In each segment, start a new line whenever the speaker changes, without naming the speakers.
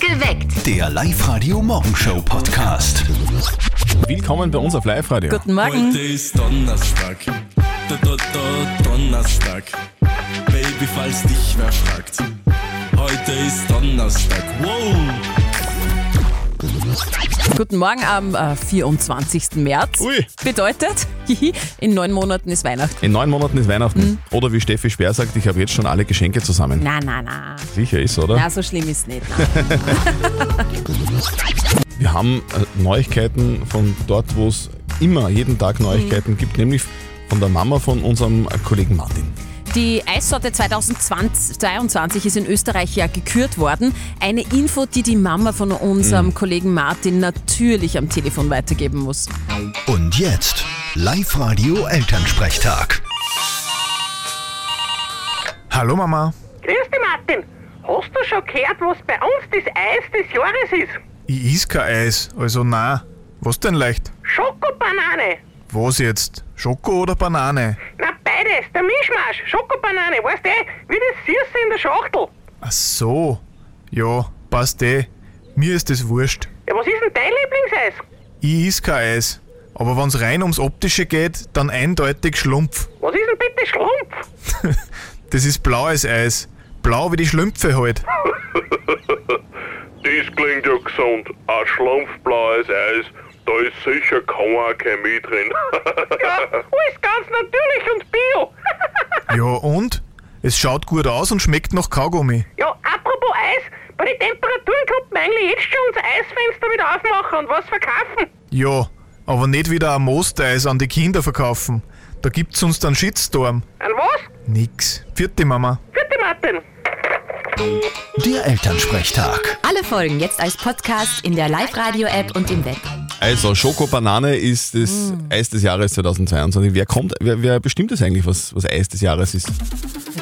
Geweckt.
Der Live-Radio-Morgenshow-Podcast.
Willkommen bei uns auf Live-Radio.
Guten Morgen.
Heute ist Donnerstag. Do, do, do, Donnerstag. Baby, falls dich wer fragt. Heute ist Donnerstag. Wow!
Guten Morgen am äh, 24. März.
Ui.
Bedeutet, hihi, in neun Monaten ist Weihnachten.
In neun Monaten ist Weihnachten.
Mhm.
Oder wie Steffi Speer sagt, ich habe jetzt schon alle Geschenke zusammen.
Na, na, na.
Sicher ist, oder?
Na, so schlimm ist nicht. Na.
Wir haben äh, Neuigkeiten von dort, wo es immer jeden Tag
Mhm.
Neuigkeiten gibt, nämlich von der Mama von unserem äh, Kollegen Martin.
Die Eissorte 2022 ist in Österreich ja gekürt worden. Eine Info, die die Mama von unserem Kollegen Martin natürlich am Telefon weitergeben muss.
Und jetzt Live-Radio Elternsprechtag.
Hallo Mama.
Grüß dich, Martin. Hast du schon gehört, was bei uns das Eis des Jahres ist?
Ich is kein Eis, also na. Was denn leicht?
Schokobanane.
Was jetzt? Schoko oder Banane?
Na, beides. Der Mischmasch. Schokobanane. Weißt du, eh, wie das Süße in der Schachtel.
Ach so. Ja, passt eh. Mir ist es wurscht.
Ja, was ist denn dein Lieblingseis?
Ich is kein Eis. Aber wenn's rein ums Optische geht, dann eindeutig Schlumpf.
Was ist denn bitte Schlumpf?
Das ist blaues Eis. Blau wie die Schlümpfe halt.
Das klingt ja gesund. Ein schlampfblaues Eis, da ist sicher keine Chemie drin.
Ja, alles ganz natürlich und bio.
Ja und? Es schaut gut aus und schmeckt nach Kaugummi.
ja, apropos Eis. Bei den Temperaturen könnten wir eigentlich jetzt schon unser Eisfenster wieder aufmachen und was verkaufen.
Ja, aber nicht wieder ein Moosteis an die Kinder verkaufen. Da gibt's uns dann Shitstorm.
An was?
Nix. Vierte Mama.
Bitte, Martin.
Der Elternsprechtag.
Alle Folgen jetzt als Podcast in der Live-Radio-App und im Web.
Also, Schokobanane ist das
Mhm.
Eis des Jahres 2022. Wer kommt, wer, wer bestimmt das eigentlich, was, was Eis des Jahres ist?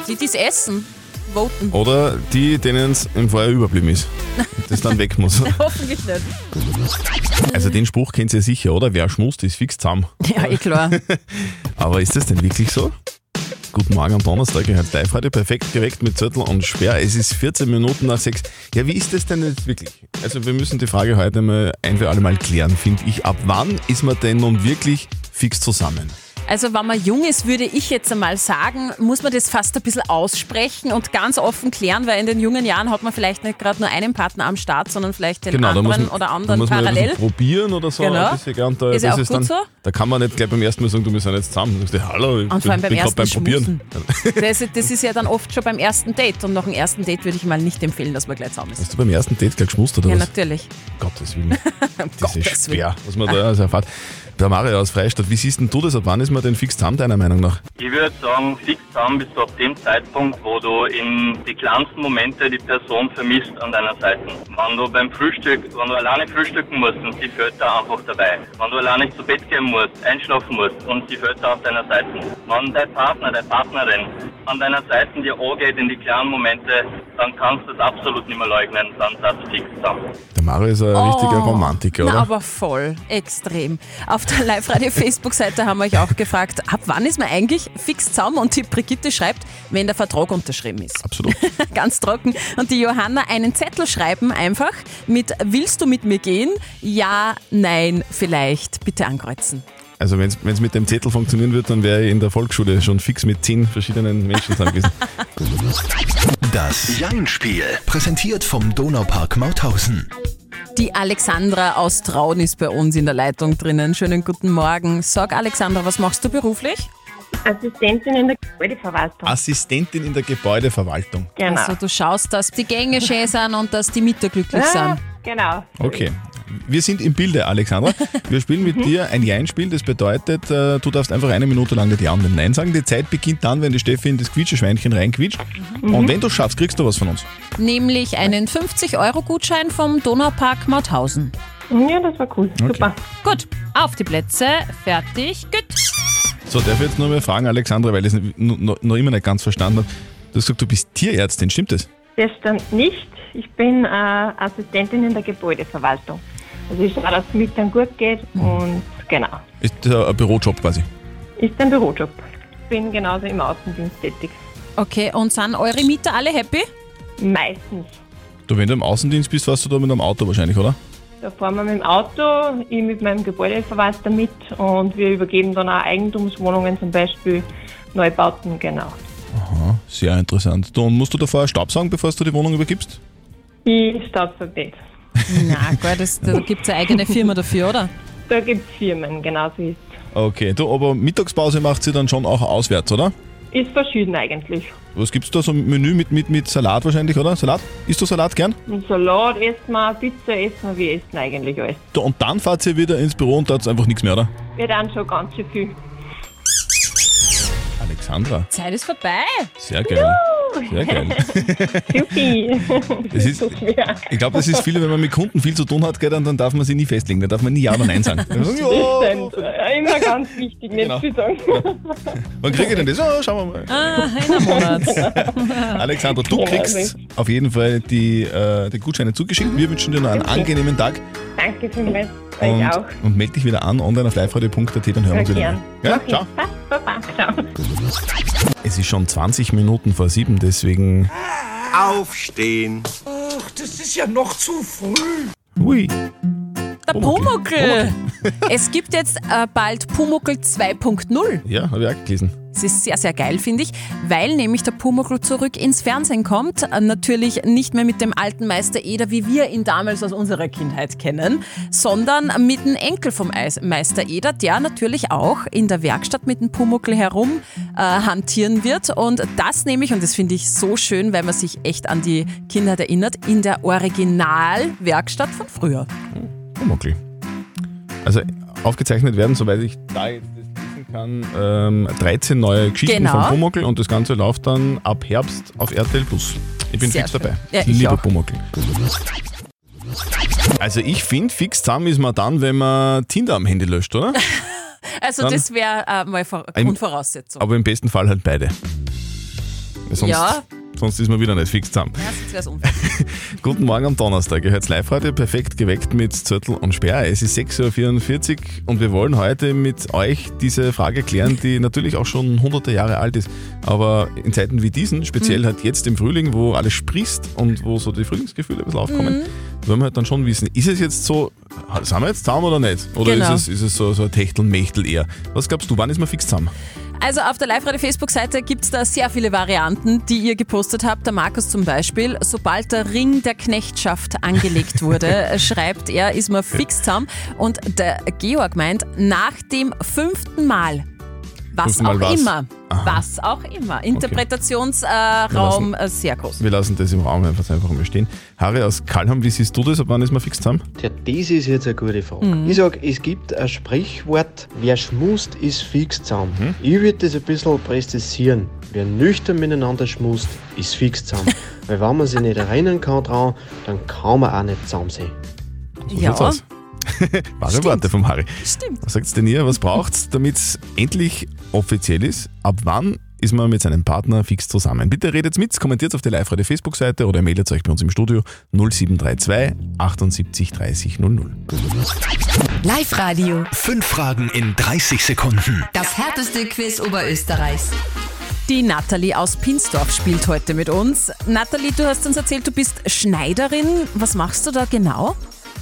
Die, die es essen, voten.
Oder die, denen es im Vorjahr überblieben ist. Das dann weg muss.
Hoffentlich nicht.
Also, den Spruch kennt ihr sicher, oder? Wer schmust, ist fix zusammen.
Ja, eh klar.
Aber ist das denn wirklich so? Guten Morgen am Donnerstag, ihr hört live heute perfekt geweckt mit Zettel und Sperr. Es ist 14 Minuten nach 6. Ja, wie ist das denn jetzt wirklich? Also wir müssen die Frage heute mal ein für alle Mal klären, finde ich. Ab wann ist man denn nun wirklich fix zusammen?
Also wenn man jung ist, würde ich jetzt einmal sagen, muss man das fast ein bisschen aussprechen und ganz offen klären, weil in den jungen Jahren hat man vielleicht nicht gerade nur einen Partner am Start, sondern vielleicht den
Genau, da muss
anderen
man,
oder
da
anderen
muss man ja ein
parallel.
bisschen probieren oder so.
Genau.
Ein bisschen, gell, und da,
Ist ja
das
auch gut
dann,
so.
Da kann man nicht gleich beim ersten Mal sagen, du, wir sind jetzt zusammen. Du sagst, hallo, ich
Und vor
bin,
allem beim
bin gerade
ersten
beim Probieren.
Das, das ist ja dann oft schon beim ersten Date und nach dem ersten Date würde ich mal nicht empfehlen, dass man gleich zusammen ist.
Hast du beim ersten Date gleich geschmust oder
Ja,
was?
natürlich.
Gottes Willen. Das ist
Gottes Willen.
schwer, was man da alles erfährt. Der Mario aus Freistadt, wie siehst denn du das? Ab wann ist man denn fix zusammen, deiner Meinung nach?
Ich würde sagen, fix zusammen bis ab dem Zeitpunkt, wo du in die kleinsten Momente die Person vermisst an deiner Seite. Wenn du beim Frühstück, wenn du alleine frühstücken musst und sie fällt da einfach dabei. Wenn du alleine zu Bett gehen musst, einschlafen musst und sie fällt da auf deiner Seite. Wenn dein Partner, deine Partnerin an deiner Seite dir angeht in die kleinen Momente, dann kannst du es absolut nicht mehr leugnen, dann seid ihr fix zusammen.
Der Mario ist ein richtiger Romantiker,
Oh. Na,
oder?
aber voll, extrem. Auf der Live-Radio-Facebook-Seite haben wir euch auch gefragt, ab wann ist man eigentlich fix zusammen? Und die Brigitte schreibt, wenn der Vertrag unterschrieben ist.
Absolut.
Ganz trocken. Und die Johanna einen Zettel schreiben einfach mit Willst du mit mir gehen? Ja, nein, vielleicht. Bitte ankreuzen.
Also wenn es mit dem Zettel funktionieren würde, dann wäre ich in der Volksschule schon fix mit zehn verschiedenen Menschen zusammen gewesen.
Das Jein-Spiel. Präsentiert vom Donaupark Mauthausen.
Die Alexandra aus Traun ist bei uns in der Leitung drinnen. Schönen guten Morgen. Sag Alexandra, was machst du beruflich?
Assistentin in der Gebäudeverwaltung.
Assistentin in der Gebäudeverwaltung.
Genau.
Also du schaust, dass die Gänge schön sind und dass die Mieter glücklich sind.
genau.
Okay. Wir sind im Bilde, Alexandra. Wir spielen mit dir ein Jein-Spiel. Das bedeutet, äh, du darfst einfach eine Minute lang das Ja und den Nein sagen. Die Zeit beginnt dann, wenn die Steffi in das Quietscheschweinchen reinquietscht. Und wenn du schaffst, kriegst du was von uns.
Nämlich einen 50-Euro-Gutschein vom Donaupark Mauthausen.
Ja, das war cool. Super.
Gut, auf die Plätze, fertig, gut.
So, darf ich jetzt nur mehr fragen, Alexandra, weil ich es n- n- noch immer nicht ganz verstanden habe. Du hast gesagt, du bist Tierärztin, stimmt das?
Das stimmt nicht. Ich bin äh, Assistentin in der Gebäudeverwaltung. Also ich schaue, dass es mit dann gut geht und genau.
Ist äh, ein Bürojob quasi.
Ist ein Bürojob. Ich bin genauso im Außendienst tätig.
Okay, und sind eure Mieter alle happy?
Meistens.
Du, wenn du im Außendienst bist, warst du da mit einem Auto wahrscheinlich, oder?
Da fahren wir mit dem Auto, ich mit meinem Gebäudeverwalter mit und wir übergeben dann auch Eigentumswohnungen zum Beispiel, Neubauten, genau.
Sehr interessant. Du, und musst du da vorher Staubsaugen, bevor du die Wohnung übergibst?
Ich staubsaug nicht.
Na gut, das, da gibt es eine eigene Firma dafür, oder?
Da gibt es Firmen, genau so ist
Okay, du, aber Mittagspause macht sie dann schon auch auswärts, oder?
Ist verschieden eigentlich.
Was gibt's da so ein Menü mit, mit, mit Salat wahrscheinlich, oder? Salat? Isst du Salat gern?
Ein Salat essen wir, Pizza essen wir, wir essen eigentlich alles.
Du, und dann fahrt ihr wieder ins Büro und da einfach nichts mehr, oder?
Wir dann schon ganz schön viel.
Alexandra,
Zeit ist vorbei.
sehr geil. Sehr geil.
Supi!
Das ist, ich glaube, das ist viel, wenn man mit Kunden viel zu tun hat, gell, dann, dann darf man sie nie festlegen, dann darf man nie Ja oder Nein sagen. Dann sagen, ja,
Stimmt. Äh, Immer ganz wichtig, nicht
Oh, Genau.
viel sagen.
wann kriege ich denn das? Ja, schauen wir mal.
Ah, in einem Monat.
Ah.
Alexander, du kriegst auf jeden Fall die, äh, die Gutscheine zugeschickt. Wir wünschen dir noch einen angenehmen Tag
Danke vielmals.
und,
Euch auch.
und melde dich wieder an online auf liveradio.at, dann hören wir uns wieder.
Sehr gern.
mal. Ja,
Okay,
ciao.
passt, Baba. Ciao.
Es ist schon 20 Minuten vor sieben, deswegen.
Aufstehen.
Ui.
Der
Pumuckl.
Pumuckl. Es gibt jetzt äh, bald Pumuckl 2.0.
Ja, habe ich auch gelesen.
Das ist sehr, sehr geil, finde ich, weil nämlich der Pumuckl zurück ins Fernsehen kommt. Äh, Natürlich nicht mehr mit dem alten Meister Eder, wie wir ihn damals aus unserer Kindheit kennen, sondern mit dem Enkel vom Eis- Meister Eder, der natürlich auch in der Werkstatt mit dem Pumuckl herum äh, hantieren wird. Und das nämlich, und das finde ich so schön, weil man sich echt an die Kindheit erinnert, in der Originalwerkstatt von früher.
Pumuckl. Also aufgezeichnet werden, soweit ich da jetzt das lesen kann, ähm, 13 neue Geschichten
Genau.
von Pumuckl und das Ganze läuft dann ab Herbst auf RTL Plus. Ich bin
Sehr
fix
schön.
dabei.
Ja, ich
Lieber
auch.
Pumuckl. Also ich finde, fix zusammen ist man dann, wenn man Tinder am Handy löscht, oder?
Also
Dann-
das wäre äh, mal Vor-
Ein-
Grundvoraussetzung.
Aber im besten Fall halt beide. Sonst,
Ja.
sonst ist man wieder nicht fix zusammen.
Ja, sonst wär's unfair.
Guten Morgen am Donnerstag. Ihr hört's live heute perfekt geweckt mit Zürtel und Sperr. Es ist 6.44 Uhr und wir wollen heute mit euch diese Frage klären, die natürlich auch schon hunderte Jahre alt ist. Aber in Zeiten wie diesen, speziell halt jetzt im Frühling, wo alles sprießt und wo so die Frühlingsgefühle ein bisschen aufkommen, wollen wir halt dann schon wissen, ist es jetzt so, sind wir jetzt zusammen oder nicht? Oder
Genau.
ist, es, ist es so, so ein Techtelmechtel eher? Was glaubst du, wann ist man fix zusammen?
Also auf der Live-Radio-Facebook-Seite gibt es da sehr viele Varianten, die ihr gepostet habt. Der Markus zum Beispiel, sobald der Ring der Knechtschaft angelegt wurde, schreibt er, ist man fix zusammen. Und der Georg meint, nach dem fünften Mal. Was
Fünften Mal
auch
was?
immer. Was auch immer. Interpretationsraum äh, sehr groß.
Wir lassen das im Raum einfach, einfach mal stehen. Harry aus Kalham, wie siehst du das? Ab wann ist man fix zusammen?
Ja, das ist jetzt eine gute Frage. Ich sage, es gibt ein Sprichwort, wer schmust, ist fix zusammen. Ich würde das ein bisschen präzisieren. Wer nüchtern miteinander schmust, ist fix zusammen. Weil wenn man sich nicht erinnern kann dran, dann kann man auch nicht zusammen sein.
So schaut's aus. Wahre Worte vom Harry.
Stimmt.
Was sagt's denn ihr? Was braucht's, damit's endlich offiziell ist? Ab wann ist man mit seinem Partner fix zusammen? Bitte redet's mit, kommentiert auf der Live-Radio Facebook-Seite oder meldet euch bei uns im Studio 0732 78 30 00.
Live-Radio.
Fünf Fragen in 30 Sekunden.
Das härteste Quiz Oberösterreichs.
Die Natalie aus Pinsdorf spielt heute mit uns. Natalie, du hast uns erzählt, du bist Schneiderin. Was machst du da genau?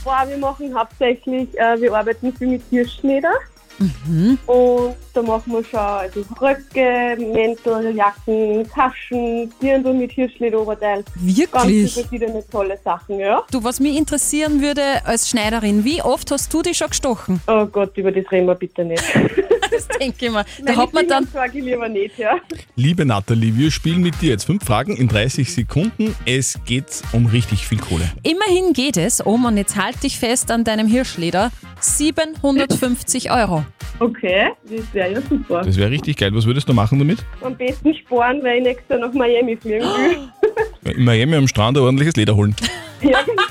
Boah, wir machen hauptsächlich, äh, wir arbeiten viel mit Tierschneider.
Mhm.
Und da machen wir schon also Röcke, Mäntel, Jacken, Taschen, Dirndl mit Hirschlederoberteil. Ganz
Wirklich?
verschiedene tolle Sachen, ja.
Du, was mich interessieren würde als Schneiderin, wie oft hast du dich schon gestochen?
Oh Gott, über das reden wir bitte nicht.
Das denke ich mir. Da hat man dann.
sage ich lieber nicht, ja.
Liebe Nathalie, wir spielen mit dir jetzt fünf Fragen in 30 Sekunden. Es geht um richtig viel Kohle.
Immerhin geht es um, und jetzt halt dich fest an deinem Hirschleder, 750 Euro.
Okay, das wäre ja super.
Das wäre richtig geil. Was würdest du machen damit?
Am besten sparen, weil ich nächstes Jahr nach Miami fliegen
Oh.
will.
In Miami am Strand ein ordentliches Leder holen.
ja, genau.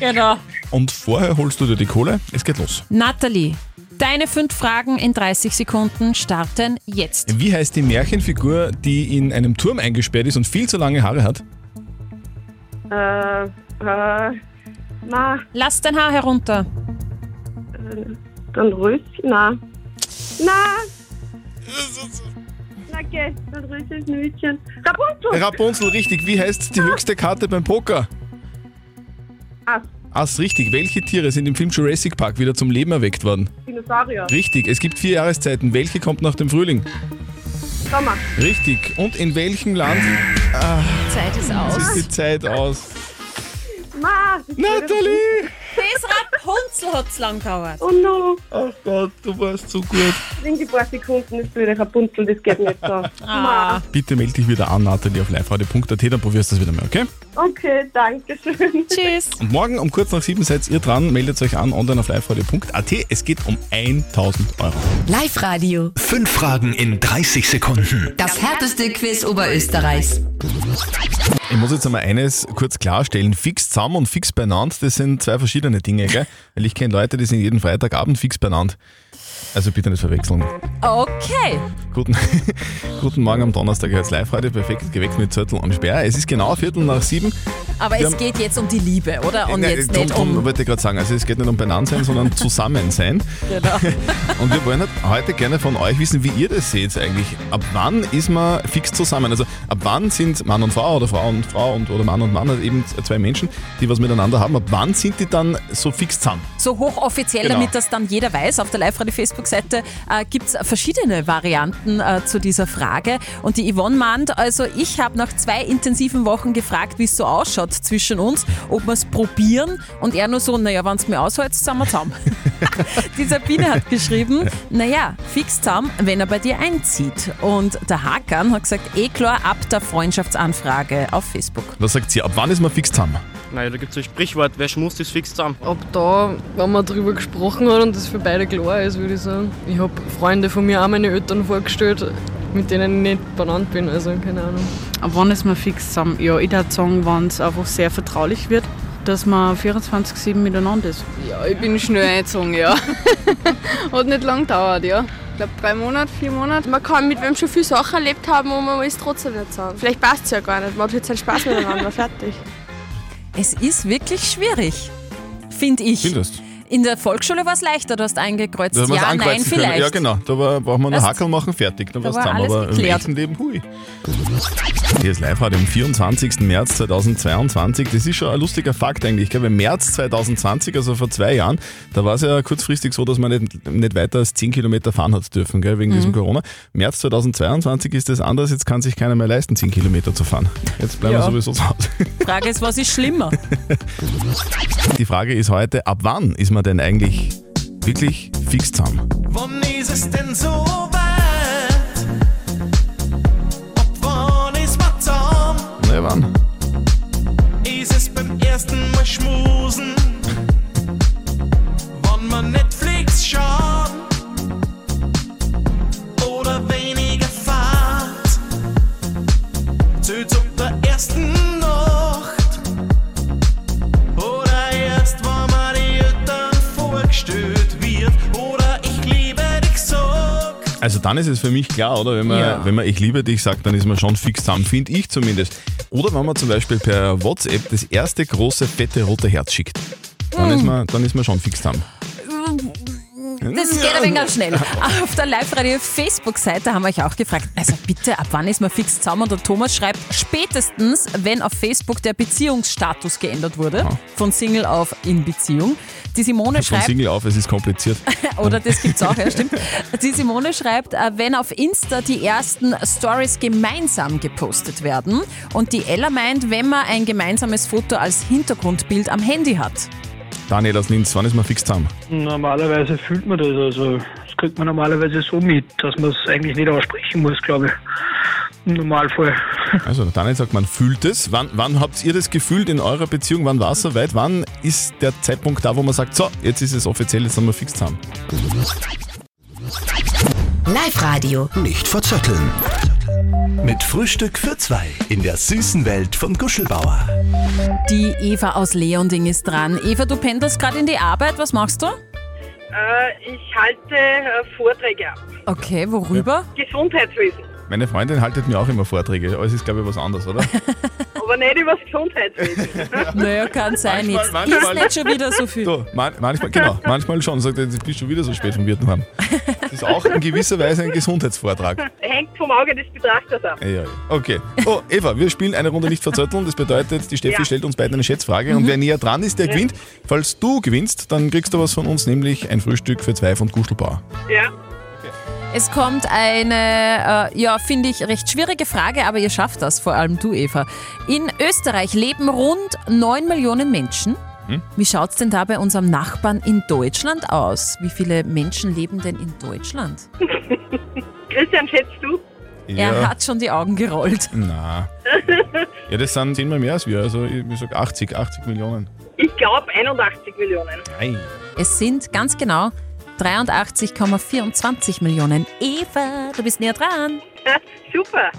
Genau.
Und vorher holst du dir die Kohle. Es geht los.
Natalie, deine fünf Fragen in 30 Sekunden starten jetzt.
Äh, Wie heißt die Märchenfigur, die in einem Turm eingesperrt ist und viel zu lange Haare hat?
Äh, äh, na,
Lass dein Haar herunter.
dann Röschen, na. Na! Na, danke. Dann rührst du das Mütchen. Rapunzel!
Rapunzel, richtig. Wie heißt die höchste Karte beim Poker?
Ass.
Ass, richtig. Welche Tiere sind im Film Jurassic Park wieder zum Leben erweckt worden?
Dinosaurier.
Richtig. Es gibt vier Jahreszeiten. Welche kommt nach dem Frühling?
Sommer.
Richtig. Und in welchem Land
Zeit ist
ist
aus.
die Zeit aus?
Ma! das
Natalie!
Bis Rapunzel hat es lang gedauert.
Oh no!
Ach Gott, du warst so gut.
In die paar Sekunden ist blöde Rapunzel, das geht nicht so.
Ah.
Ma!
Bitte melde dich wieder an, Natalie, auf liveradio.at, dann probierst du das wieder mal, okay?
Okay, danke schön.
Tschüss.
Und morgen um kurz nach sieben seid ihr dran, meldet euch an online auf liveradio.at. Es geht um 1000 Euro.
Live-Radio.
Fünf Fragen in 30 Sekunden.
Das härteste Quiz Oberösterreichs.
Ich muss jetzt einmal eines kurz klarstellen. Fix zusammen und fix beieinander, das sind zwei verschiedene Dinge, gell? Weil ich kenne Leute, die sind jeden Freitagabend fix beieinander. Also bitte nicht verwechseln.
Okay.
Guten, guten Morgen am Donnerstag, jetzt live heute, perfekt geweckt mit Zettel und Sperr. Es ist genau Viertel nach sieben.
Aber
Wir
es
haben-
geht jetzt um die Liebe, oder? Und
Äh, Nein,
jetzt
drum-
nicht
drum
um.
wollte ich gerade sagen, also es geht nicht um beieinander sein, sondern zusammen sein.
Genau.
Und wir wollen halt heute gerne von euch wissen, wie ihr das seht eigentlich. Ab wann ist man fix zusammen? Also ab wann sind Mann und Frau oder Frau und Frau und, oder Mann und Mann, also eben zwei Menschen, die was miteinander haben, ab wann sind die dann so fix zusammen?
So hochoffiziell,
Genau.
damit das dann jeder weiß. Auf der Live-Radio-Facebook-Seite äh, gibt es verschiedene Varianten äh, zu dieser Frage. Und die Yvonne mahnt, also ich habe nach zwei intensiven Wochen gefragt, wie es so ausschaut zwischen uns, ob wir es probieren. Und er nur so, naja, wenn es mir aushält, sind wir zusammen. die Sabine hat geschrieben, naja, fix zusammen, wenn er bei dir einzieht. Und der Hakan hat gesagt, eh klar, ab der Freundschaftsanfrage auf Facebook.
Was sagt ihr, ab wann ist man fix zusammen?
Naja, da gibt es ein Sprichwort, wer schmust, ist fix zusammen.
Ab da, wenn man drüber gesprochen hat und das für beide klar ist, würde ich sagen. Ich habe Freunde von mir auch meine Eltern vorgestellt, mit denen ich nicht benannt bin, also keine Ahnung.
Ab wann ist man fix zusammen? Ja, ich würde sagen, wenn es einfach sehr vertraulich wird, dass man 24-7 miteinander ist.
Ja, ich bin schnell eingezogen, ja. hat nicht lang gedauert, ja. Ich glaube drei Monate, vier Monate.
Man kann mit wem schon viel Sachen erlebt haben und man ist trotzdem nicht zusammen. Vielleicht passt es ja gar nicht. Man hat jetzt halt Spaß miteinander. Fertig.
Es ist wirklich schwierig, finde ich.
Findest
In der Volksschule war es leichter, du hast eingekreuzt.
Da hat man's
Ja,
ankreuzen
nein,
können.
vielleicht.
Ja, genau. Da war, braucht man einen
Weißt-
Hackel machen, fertig. Dann
Da
war's
war
zusammen.
alles
Aber im
geklärt.
echten Leben, hui. Hier ist live heute am 24. März 2022. Das ist schon ein lustiger Fakt eigentlich. Gell? Weil März 2020, also vor zwei Jahren, da war es ja kurzfristig so, dass man nicht, nicht weiter als 10 Kilometer fahren hat dürfen, gell?
Mhm.
wegen diesem Corona. März 2022 ist das anders. Jetzt kann sich keiner mehr leisten, 10 Kilometer zu fahren. Jetzt bleiben
Ja.
wir sowieso zu Hause.
Frage ist, was ist schlimmer?
Die Frage ist heute, ab wann ist man denn eigentlich wirklich fix zusammen?
Wann ist es denn so weit? Ab wann ist man zusammen?
Na, wann?
Ist es beim ersten Mal schmusen? Wann man Netflix schaut? Oder weniger fahrt? Zählt ab der ersten Nacht? Oder erst, wenn man die Eltern vorgestellt wird? Oder ich liebe dich so?
Also dann ist es für mich klar, oder? Wenn man,
Ja.
wenn man ich liebe dich sagt, dann ist man schon fix zusammen, finde ich zumindest. Oder wenn man zum Beispiel per WhatsApp das erste große, fette, rote Herz schickt. Dann,
Mm.
ist, man, dann ist man schon fix zusammen.
Das geht ein wenig schnell. Auf der Live-Radio-Facebook-Seite haben wir euch auch gefragt, also bitte, ab wann ist man fix zusammen? Und der Thomas schreibt, spätestens, wenn auf Facebook der Beziehungsstatus geändert wurde, von Single auf in Beziehung. Die Simone
Von
schreibt,
Single auf, es ist kompliziert.
Oder das gibt's auch, ja, stimmt. Die Simone schreibt, äh, wenn auf Insta die ersten Stories gemeinsam gepostet werden. Und die Ella meint, wenn man ein gemeinsames Foto als Hintergrundbild am Handy hat.
Daniel aus Linz, wann ist man fix zusammen?
Normalerweise fühlt man das, also das kriegt man normalerweise so mit, dass man es eigentlich nicht aussprechen muss, glaube ich. Im Normalfall.
Also Daniel sagt, man fühlt es. Wann, wann habt ihr das gefühlt in eurer Beziehung? Wann war es soweit? Wann ist der Zeitpunkt da, wo man sagt, so, jetzt ist es offiziell, jetzt sind wir fix zusammen?
Live-Radio.
Nicht verzetteln. Mit Frühstück für zwei in der süßen Welt von Guschelbauer.
Die Eva aus Leonding ist dran. Eva, du pendelst gerade in die Arbeit. Was machst du?
Äh, ich halte äh, Vorträge ab.
Okay, worüber?
Gesundheitswesen.
Meine Freundin haltet mir auch immer Vorträge, aber es ist, glaube ich, was anderes, oder?
Aber nicht über das Gesundheitswesen.
Naja, kann sein jetzt. Ist nicht schon wieder so viel.
Du, man, manchmal, genau, manchmal schon. Sagt er, jetzt bist du schon wieder so spät vom Wirtenheim. Das ist auch in gewisser Weise ein Gesundheitsvortrag.
Hängt vom Auge des Betrachters ab.
Ja, ja. Okay. Oh, Eva, wir spielen eine Runde nicht verzötteln. Das bedeutet, die Steffi
Ja.
stellt uns beiden eine Schätzfrage und wer näher dran ist, der gewinnt. Falls du gewinnst, dann kriegst du was von uns, nämlich ein Frühstück für zwei von Guschelbauer.
Ja.
Es kommt eine, äh, ja, finde ich, recht schwierige Frage, aber ihr schafft das, vor allem du, Eva. In Österreich leben rund 9 Millionen Menschen.
Hm?
Wie schaut es denn da bei unserem Nachbarn in Deutschland aus? Wie viele Menschen leben denn in Deutschland?
Christian, schätzt du?
Er hat schon die Augen gerollt.
Na. Ja, das sind zehnmal mehr als wir. Also ich, ich sag 80, 80 Millionen.
Ich glaube 81 Millionen.
Nein.
Es sind ganz genau 83,24 Millionen. Eva, du bist näher dran.
Super.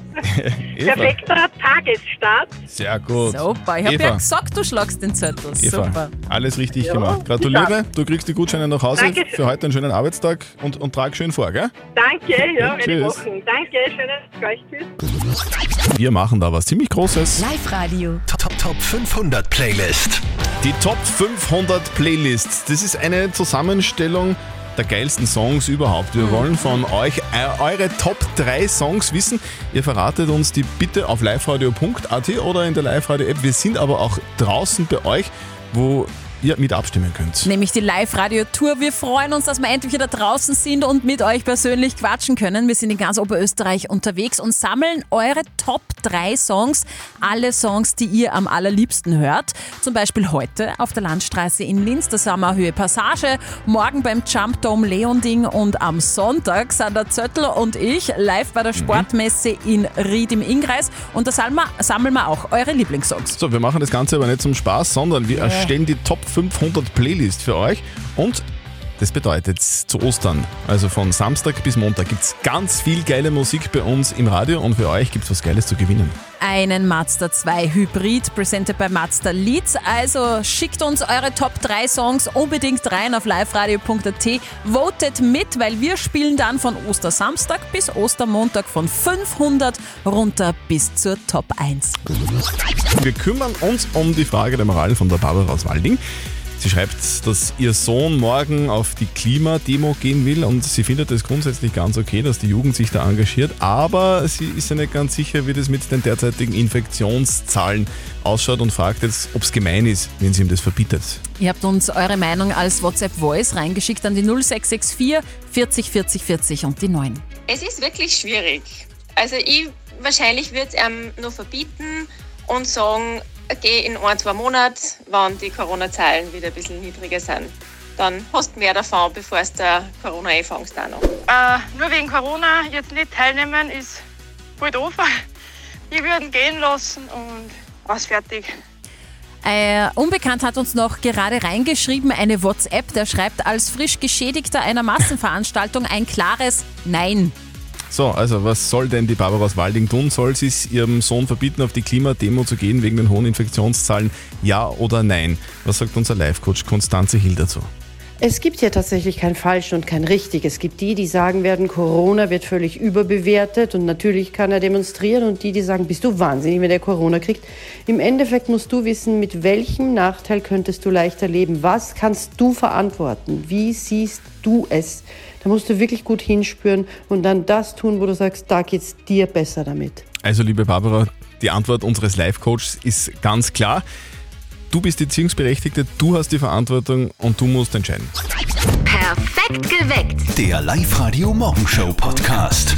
Eva.
Perfekter Tagesstart.
Sehr gut.
Super, ich habe
Eva.
ja gesagt, du schlagst den Zettel.
Eva,
Super.
alles richtig
Ja,
gemacht. Gratuliere, du kriegst die Gutscheine nach Hause
Dankeschön.
für heute einen schönen Arbeitstag und, und trag schön vor, gell?
Danke, ja, eine
Tschüss.
Woche. Danke, schönes Gespräch. Tschüss.
Wir machen da was ziemlich Großes.
Live-Radio.
Top, Top, Top 500 Playlist.
Die Top 500 Playlists, das ist eine Zusammenstellung der geilsten Songs überhaupt.
Mhm.
Wir wollen von euch äh, eure Top 3 Songs wissen. Ihr verratet uns die bitte auf liveradio.at oder in der Live-Radio-App. Wir sind aber auch draußen bei euch, wo ihr mit abstimmen könnt.
Nämlich die Live-Radio-Tour. Wir freuen uns, dass wir endlich wieder draußen sind und mit euch persönlich quatschen können. Wir sind in ganz Oberösterreich unterwegs und sammeln eure Top 3 Songs. Alle Songs, die ihr am allerliebsten hört. Zum Beispiel heute auf der Landstraße in Linz, der Sommerhöhe Passage. Morgen beim Jump Dome Leonding und am Sonntag sind der Zöttl und ich live bei der Sportmesse in Ried im Ingreis. Und da sammeln wir, sammeln wir auch eure Lieblingssongs.
So, wir machen das Ganze aber nicht zum Spaß, sondern wir erstellen die Top 500 Playlist für euch. Und das bedeutet zu Ostern, also von Samstag bis Montag, gibt es ganz viel geile Musik bei uns im Radio und für euch gibt es was Geiles zu gewinnen.
einen Mazda 2 Hybrid, presented by Mazda Leads. Also schickt uns eure Top 3 Songs unbedingt rein auf liveradio.at. Votet mit, weil wir spielen dann von Ostersamstag bis Ostermontag von 500 runter bis zur Top 1.
Wir kümmern uns um die Frage der Moral von der Barbara aus Walding. Sie schreibt, dass ihr Sohn morgen auf die Klimademo gehen will und sie findet es grundsätzlich ganz okay, dass die Jugend sich da engagiert, aber sie ist ja nicht ganz sicher, wie das mit den derzeitigen Infektionszahlen ausschaut und fragt jetzt, ob es gemein ist, wenn sie ihm das verbietet.
Ihr habt uns eure Meinung als WhatsApp-Voice reingeschickt an die 0664 40 40 40 und die 9.
Es ist wirklich schwierig. Also ich wahrscheinlich würde es ihm nur verbieten und sagen, geh in ein, zwei Monaten, wann die Corona-Zahlen wieder ein bisschen niedriger sind. Dann hast du mehr davon, bevor es der Corona einfängst auch noch.
Äh, nur wegen Corona jetzt nicht teilnehmen ist voll doof. Die würden gehen lassen und was fertig.
Äh, Unbekannt hat uns noch gerade reingeschrieben, eine WhatsApp, der schreibt, als frisch Geschädigter einer Massenveranstaltung ein klares Nein.
So, also was soll denn die Barbara aus Walding tun? Soll sie es ihrem Sohn verbieten, auf die Klimademo zu gehen wegen den hohen Infektionszahlen? Ja oder nein? Was sagt unser Live-Coach Konstanze Hill dazu?
Es gibt hier tatsächlich kein Falsch und kein Richtig. Es gibt die, die sagen werden, Corona wird völlig überbewertet und natürlich kann er demonstrieren und die, die sagen, bist du wahnsinnig, wenn der Corona kriegt. Im Endeffekt musst du wissen, mit welchem Nachteil könntest du leichter leben? Was kannst du verantworten? Wie siehst du es? Da musst du wirklich gut hinspüren und dann das tun, wo du sagst, da geht's dir besser damit.
Also, liebe Barbara, die Antwort unseres Life-Coaches ist ganz klar. Du bist die Erziehungsberechtigte, du hast die Verantwortung und du musst entscheiden.
Perfekt geweckt.
Der Live-Radio Morgenshow Podcast.